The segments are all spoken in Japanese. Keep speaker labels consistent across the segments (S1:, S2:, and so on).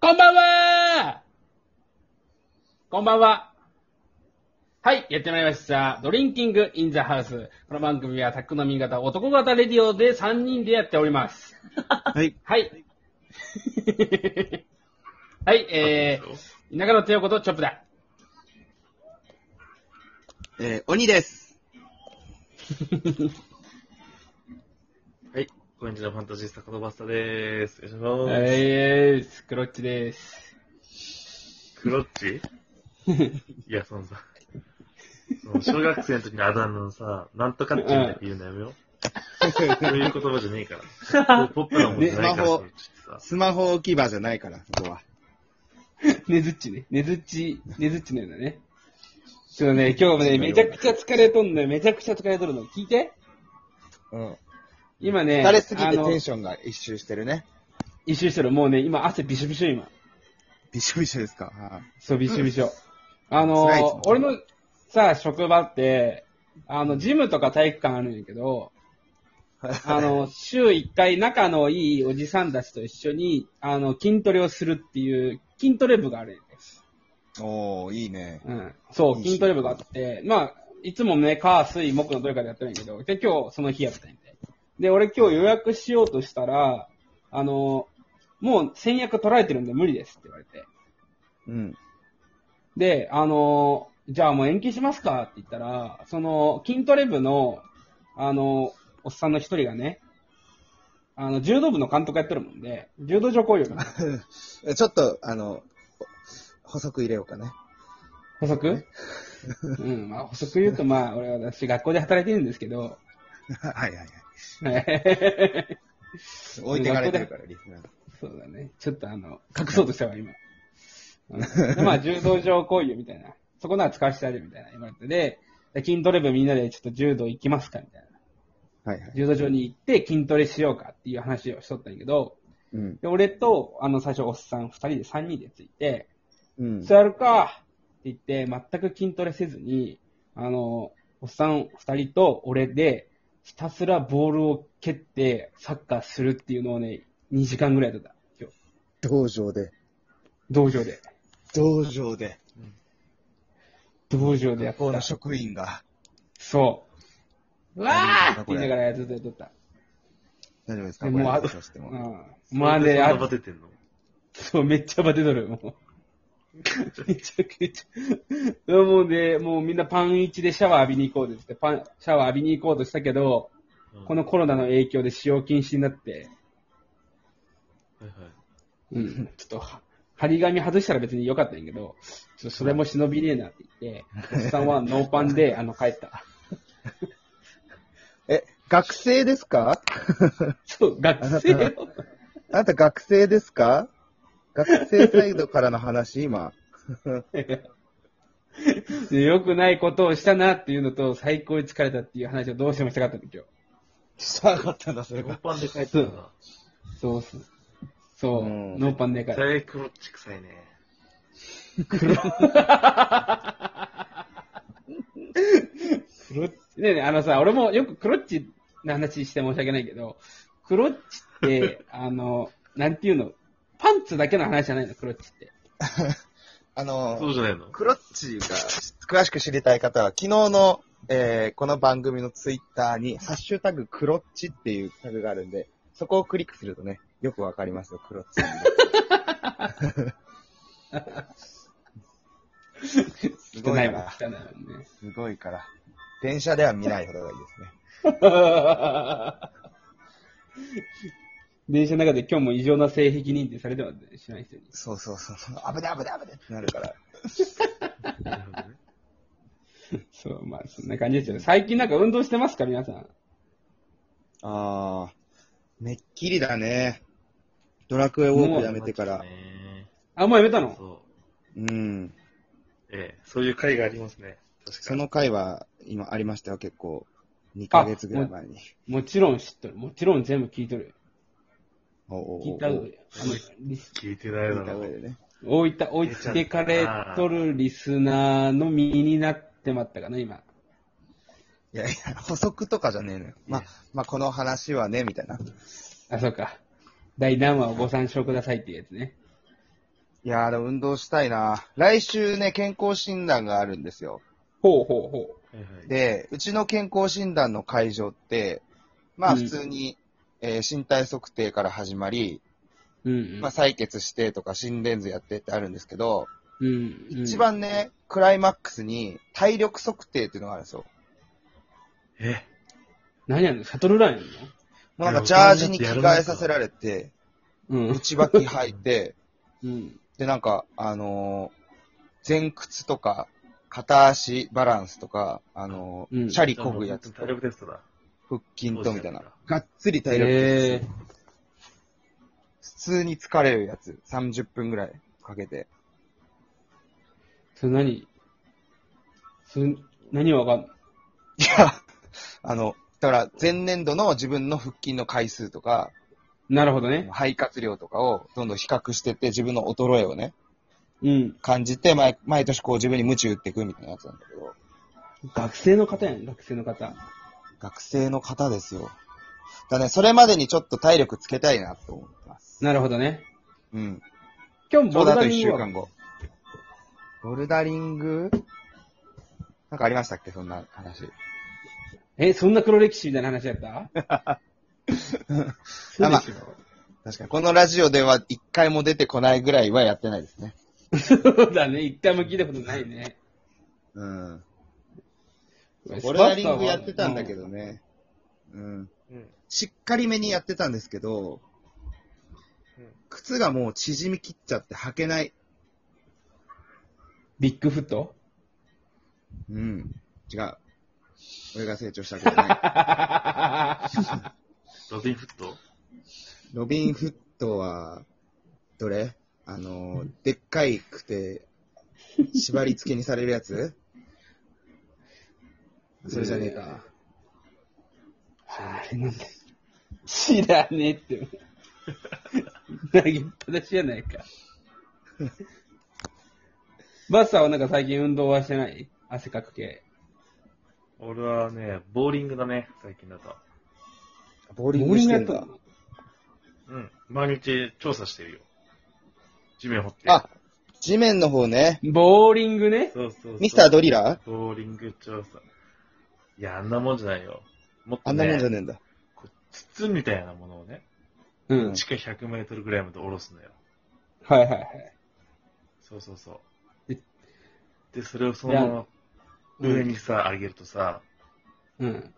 S1: こんばんはこんばんは。はい、やってまいりました。ドリンキングインザハウス。この番組はタックの新潟、男型レディオで3人でやっております。
S2: はい。
S1: はい。 はい、えー、田舎の手横とチョップだ。
S2: えー、鬼です。
S3: はい。オレンジのファンタジー坂戸バスタでーす。お願いします。
S1: えーす、クロッチです。
S3: クロッチいや、そのさ、その小学生の時のあだ名のさ、なんとかっちみたいって言うのやめよう。そういう言葉じゃねえから。ポップなもんじゃないか
S2: ね
S3: ら、それちょっとさ。
S2: スマホ置き場じゃないから、そこは。
S1: ねずっちね。ねずっち、ねずっちのようなね。ちょっとね、今日もね、めちゃくちゃ疲れとんのよ。めちゃくちゃ疲れとるの。聞いて
S2: うん。
S1: 今ね、
S2: 垂れすぎ
S1: あ
S2: て
S1: の
S2: テンションが一周してるね。
S1: 一周してる。もうね、今汗びしょびしょ今。
S2: びしょびしょですか。はい。
S1: そう、びしょびしょ。あの
S2: 辛いっすね
S1: ー、俺のさ、職場って、あの、ジムとか体育館あるんやけど、あの、週1回仲のいいおじさんたちと一緒に、あの、筋トレをするっていう、筋トレ部があるんや
S2: おー、いいね。
S1: うん。そう、筋トレ部があって、まあ、いつもね、火、水、木のどれかでやってるんやけど、で、今日その日やったんやで。で、俺今日予約しようとしたら、あの、もう先約取られてるんで無理ですって言われて。
S2: うん。
S1: で、あの、じゃあもう延期しますかって言ったら、その、筋トレ部の、あの、おっさんの一人がね、あの、柔道部の監督やってるもんで、柔道場雇用が。
S2: ちょっと、あの、補足入れようかね。
S1: 補足うん、まあ補足言うとまあ、俺私学校で働いてるんですけど、
S2: はいはいはい。
S1: はい
S2: 置いてかれてるから、リスナー。
S1: そうだね。ちょっとあの、隠そうとしたわ、今。うんでまあ、柔道場行為みたいな。そこなら使わせてあげるみたいな。言われてで、で筋トレ部みんなでちょっと柔道行きますかみたいな。
S2: はいはい。
S1: 柔道場に行って筋トレしようかっていう話をしとったんやけど、
S2: うん。
S1: で、俺と、あの、最初おっさん二人で三人でついて、
S2: うん。
S1: そうやるかって言って、全く筋トレせずに、あの、おっさん二人と俺で、ひたすらボールを蹴ってサッカーするっていうのをね、2時間ぐらいやってた。今日。
S2: 道場で。
S1: 道場で。
S2: 道場で。
S1: 道場でや
S2: 学
S1: っ
S2: 校
S1: た
S2: の。職員が。
S1: そう。うわーって
S2: こ
S1: 言
S2: れ
S1: いながらやってた、やってた。
S2: 大丈夫です
S1: で
S2: か
S1: もうあ
S2: これさせて
S1: う
S2: も
S1: ん。まあね、
S3: あ、
S1: あ
S3: そんなバテてんの
S1: そう、めっちゃバテとる、もう。 めちゃくちゃ。もうね、もうみんなパン1でシャワー浴びに行こうですって、パン、シャワー浴びに行こうとしたけど、この、コロナの影響で使用禁止になって、
S3: うんはいはい
S1: うん、ちょっとは、張り紙外したら別に良かったんやけど、ちょっとそれも忍びねえなって言って、おっさんはノーパンで、あの、帰った。
S2: え、学生ですか
S1: そう、学生よ。
S2: あなた学生ですか学生サイドからの話、今。
S1: で良くないことをしたなっていうのと、最高に疲れたっていう話をどうしてもしたかったんだ、今
S2: したかったんだ、それ
S3: ノー。パンで帰ってたな。
S1: 日。そうっす。そう、
S2: うん
S1: ノーパンでかい。
S3: 大クロッチ臭いね。
S1: クロッチ、ねえねえあのさ、俺もよくクロッチの話して申し訳ないけど、クロッチ って、あの、なんていうの、パンツだけの話じゃないの、クロッチって。
S2: あの
S3: そうじゃないの
S2: クロッチが詳しく知りたい方は、昨日の、えーこの番組のツイッターに、ハッシュタグクロッチっていうタグがあるんで、そこをクリックするとね、よくわかりますよ、クロッチの魅力。 す
S1: 汚
S2: ごい
S1: い
S2: か
S1: もん、
S2: ら、
S1: 汚いもん ね。
S2: すごいから。電車では見ない方がいいですね。
S1: 電車の中で今日も異常な性癖認定されてはしない人に。
S2: そうそうそうそう。危ない危ない危ないってなるから。
S3: なるほどね
S1: そう、まあ、そんな感じですよね。最近なんか運動してますか、皆さん。
S2: あー、めっきりだね。ドラクエウォークやめてから。
S3: ね
S1: あ、もうやめたの
S3: そう。
S2: うん。
S3: ええ、そういう回がありますね。確か
S2: そ
S3: に。
S2: の回は、今ありましたよ、結構。2ヶ月ぐらい前に。
S1: もちろん知っとる。もちろん全部聞いとる。
S2: おうおうおう
S1: 聞いた上で。あの、リス
S3: 聞いてないだ
S2: 聞いた
S3: ろ
S2: 上
S3: う。
S2: でね。
S1: 置いた、置いてかれとるリスナーの身になってまったかな、今。
S2: いやいや、補足とかじゃねえのよ。まあ、まあ、この話はね、みたいな。
S1: あ、そうか。第何話をご参照くださいっていうやつね。
S2: いやー、でも運動したいな。来週ね、健康診断があるんですよ。
S1: ほうほうほう。
S3: はいはい。
S2: で、うちの健康診断の会場って、ま
S1: う
S2: あ
S1: ん
S2: 普通に、えー身体測定から始まり、
S1: うん、うん。
S2: まあ採血してとか心電図やってってあるんですけど、
S1: うん、うん
S2: 一。番ね、クライマックスに体力測定っていうのがあるんですよ。
S3: え、
S1: 何やねん、シャトルランやんの
S2: もうなんかジャージに着替えさせられて、
S1: うん。
S2: 内履き履いて、
S1: うん。
S2: で、なんか、あのー前屈とか、片足バランスとか、あのー
S1: うん
S2: チャリこぐやつと
S3: 体、力テストだ。
S2: 腹筋とみたいな
S3: そうですね。
S2: がっつり体力です
S1: え
S2: 普通に疲れるやつ。30分ぐらいかけて。
S1: ー、それ何それ、何わかんない
S2: いや、あの、だから前年度の自分の腹筋の回数とか、
S1: なるほどね。
S2: 肺活量とかをどんどん比較してって、自分の衰えをね、
S1: うん。
S2: 感じて、毎毎年こう自分に鞭打っていくみたいなやつなんだけど、
S1: 学生の方やん、学生の方。
S2: 学生の方ですよ。だね、それまでにちょっと体力つけたいなと思ってます。
S1: なるほどね。
S2: うん。
S1: 今日
S2: ちょ
S1: ボ
S2: う
S1: ル
S2: どあと
S1: ダ
S2: 1
S1: リン
S2: 週
S1: グは
S2: 間後。ボルダリングなんかありましたっけそんな話。
S1: え、そんな黒歴史みたいな話やった そうでしょ
S2: 確かに。このラジオでは一回も出てこないぐらいはやってないですね。
S1: そうだね。一回も聞いたことないね。
S2: うん。ボルダリングやってたんだけどね。うん。
S3: うん。
S2: しっかりめにやってたんですけど、靴がもう縮み切っちゃって履けない。
S1: ビッグフット
S2: うん。違う。俺が成長したことない。
S3: ロビンフット
S2: ロビンフットは、どれあの、でっかいくて、縛り付けにされるやつそれじゃねえか。
S1: あれなんだ知らねえって。投げっぱなしやないか。バッサーはなんか最近運動はしてない汗かく系。
S3: 俺はね、ボーリングだね、最近だと。
S2: ボー
S1: ボーリングやったの
S3: うん。毎日調査してるよ。地面掘って。
S2: あ、地面の方ね。
S1: ボーリングね。
S3: そうそうそう
S2: ミスタードリラー
S3: ボーリング調査。いや、あんなもんじゃないよ。もっ
S2: あ
S3: と、ね、
S2: んなもんじゃねえんだ。
S3: こう筒みたいなものをね、
S1: うん。
S3: 地下100メートルぐらいまで下ろすのよ。
S1: はいはいはい。
S3: そうそうそう
S1: え。
S3: で、それをそのまま上にさ、上げるとさ、
S1: うん。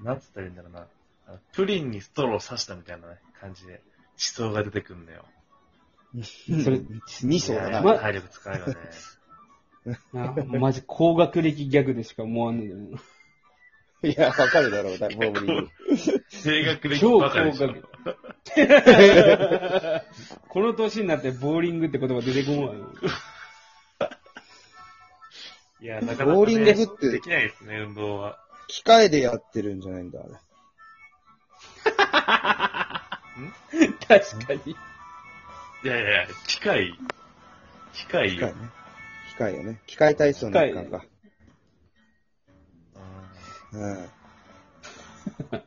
S3: なんつったらいいんだろうな。あのプリンにストローを刺したみたいなね感じで、地層が出てくんだよ。
S1: それ、
S2: 2層だ
S3: いや
S2: な。
S3: いや
S1: ま
S3: 体力使うよね。
S1: なマジ高学歴ギャグでしか思わんねえけど
S2: いや、わかるだろう、だボーリング。
S3: 低学歴ばかりでし
S1: 超
S3: ょ
S1: 高。 この年になってボーリングって言葉出てこんわよ。
S3: いや、なかなか、ね、
S2: ボーリング振って
S3: できないですね、運動は。
S2: 機械でやってるんじゃないんだ、あれ。
S1: 確かに。
S3: いやいやいや、機械、機械
S2: 機
S3: よ
S2: 械ね。機械よね。機械体操の一環か。うん。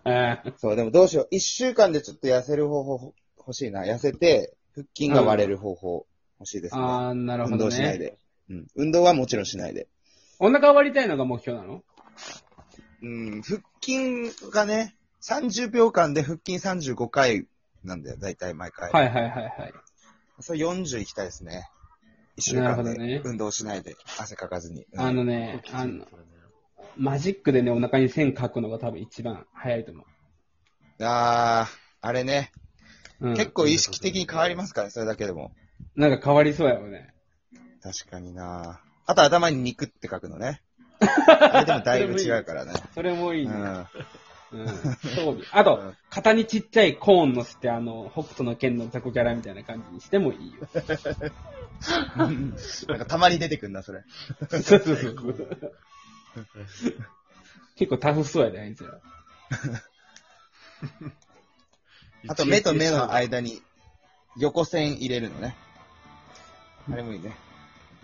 S1: あー
S2: そう、でもどうしよう。一週間でちょっと痩せる方法欲しいな。痩せて、腹筋が割れる方法欲しいですね。
S1: あー、なるほ
S2: 運
S1: ど
S2: 動しない
S1: ね。
S2: で。うん。運動はもちろんしないで。
S1: お腹割りたいのが目標なの
S2: うん。腹筋がね、30秒間で腹筋35回なんだよ。だいたい毎回。
S1: はいはいはいはい。
S2: それ40いきたいですね。一週間
S1: なるほど
S2: で
S1: ね
S2: 運動しないで、汗かかずに。うん
S1: あのね、あの、マジックでね、お腹に線書くのが多分一番早いと思
S2: あー、あれね、
S1: う。うん。
S2: 結構意識的に変わりますから、それだけでも。
S1: なんか変わりそうやろね。
S2: 確かになあと頭に肉って書くの ね。あれでもだいぶ違うからね。
S1: それもいいうね。
S2: ん。
S1: うん。そうあと、型にちっちゃいコーン乗せて、あの、北斗の剣の雑魚キャラみたいな感じにしてもいいよ。
S2: なんかたまに出てくんな、それ。
S1: そうそうそう。 結構タフそうやで、あいつら。
S2: あと目と目の間に横線入れるのね。あれもいいね。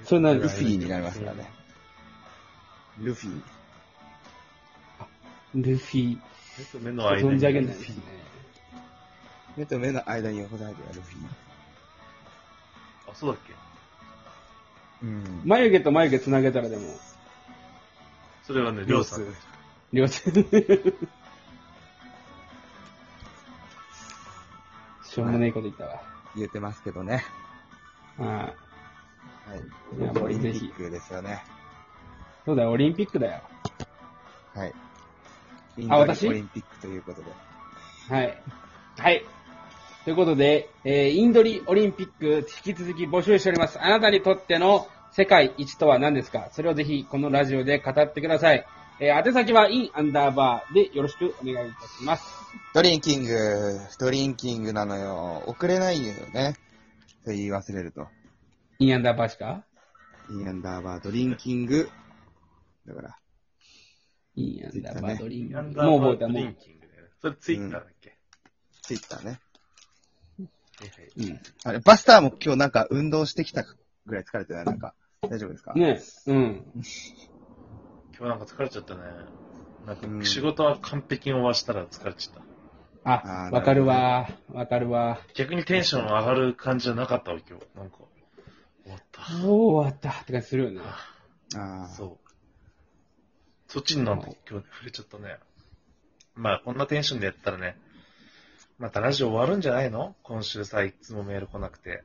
S1: それな
S2: ル
S1: ル
S2: フ
S1: フ
S2: ィ
S1: ィ
S2: になりますからね。。ルフィ。
S1: ルフィ、
S3: 目と目の間に。
S1: 存じ上げないですね。
S2: 目と目の間に横線入ってるルフィ。
S3: あ、そうだっけ
S2: うん。
S1: 眉毛と眉毛つなげたらでも、
S3: それはね、りょうさん。
S1: 両手。しょうもねえこと言ったわ。
S2: 言ってますけどね。
S1: ああ
S2: はい。
S1: いやもう
S2: オリンピックですよね。
S1: そうだよ、オリンピックだよ。
S2: はい。
S1: あ私
S2: インドオリンピックということで。
S1: はい。はい。ということで、えーインドリオリンピック、引き続き募集しております。あなたにとっての世界一とは何ですかそれをぜひ、このラジオで語ってください。えー宛先は in アンダーバーでよろしくお願いいたします。
S2: ドリンキング、ドリンキングなのよ。遅れないよね。と言い忘れると。
S1: in アンダーバーしか
S2: インアンダーバードリンキング。だから、
S1: in アンダーバードリン
S3: アン
S1: ク。
S3: ダー
S1: もう
S3: バ
S1: 覚え
S3: ー
S1: た、
S3: ド
S1: も
S3: リン
S1: う。
S3: キングだよね。それツイッターだっけ、
S2: ツイッターね。
S3: はいはい
S1: うん。
S2: あれ、バスターも今日なんか運動してきたぐらい疲れてないなんか、大丈夫ですか
S1: ねうん。
S3: 今日なんか疲れちゃったね。なんか
S2: うん
S3: 仕事は完璧に終わしたら疲れちゃった。
S1: あ
S2: あ、ー
S1: わかるわー。わかるわ
S3: 逆にテンション上がる感じじゃなかったわ、今日。なんか、終わっ
S1: ー。もう終わったって感じするよね。
S2: あ
S3: た。
S2: あ。
S3: そう。そっちになんか今日ね、触れちゃったね。まあ、こんなテンションでやったらね、またラジオ終わるんじゃないの今週さ、いつもメール来なく て。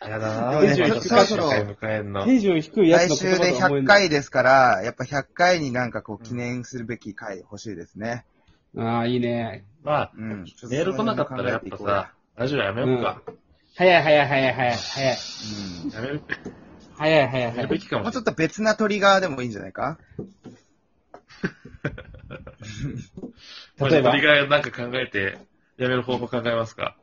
S3: やだなぁ、
S1: テンション
S3: また
S1: そろそ
S2: ろ
S3: 最終回迎えんの
S1: テ。ンション低いやつ
S2: 来
S1: の
S2: 週で
S1: 言葉とは思え
S2: 100
S1: ない
S2: 回ですから、やっぱ100回になんかこう記念するべき回欲しいですね。
S1: ああ、いいね。
S3: まあ、
S2: うん。
S3: メール来なかったらやっぱさ、ラジオやめようか。
S1: 早い早い早い早い早い。
S2: う
S3: やめる
S1: 早い早い
S3: や
S1: 早
S3: る
S1: い
S3: べ。きか
S2: ん。も
S3: も
S2: う
S3: し
S2: ちょ
S3: れ
S2: っ
S3: ない。
S2: と別なトリガーでもいいんじゃないか
S1: 例えば
S3: まあじゃあトリガーなんか考えて、やめる方法考えますか。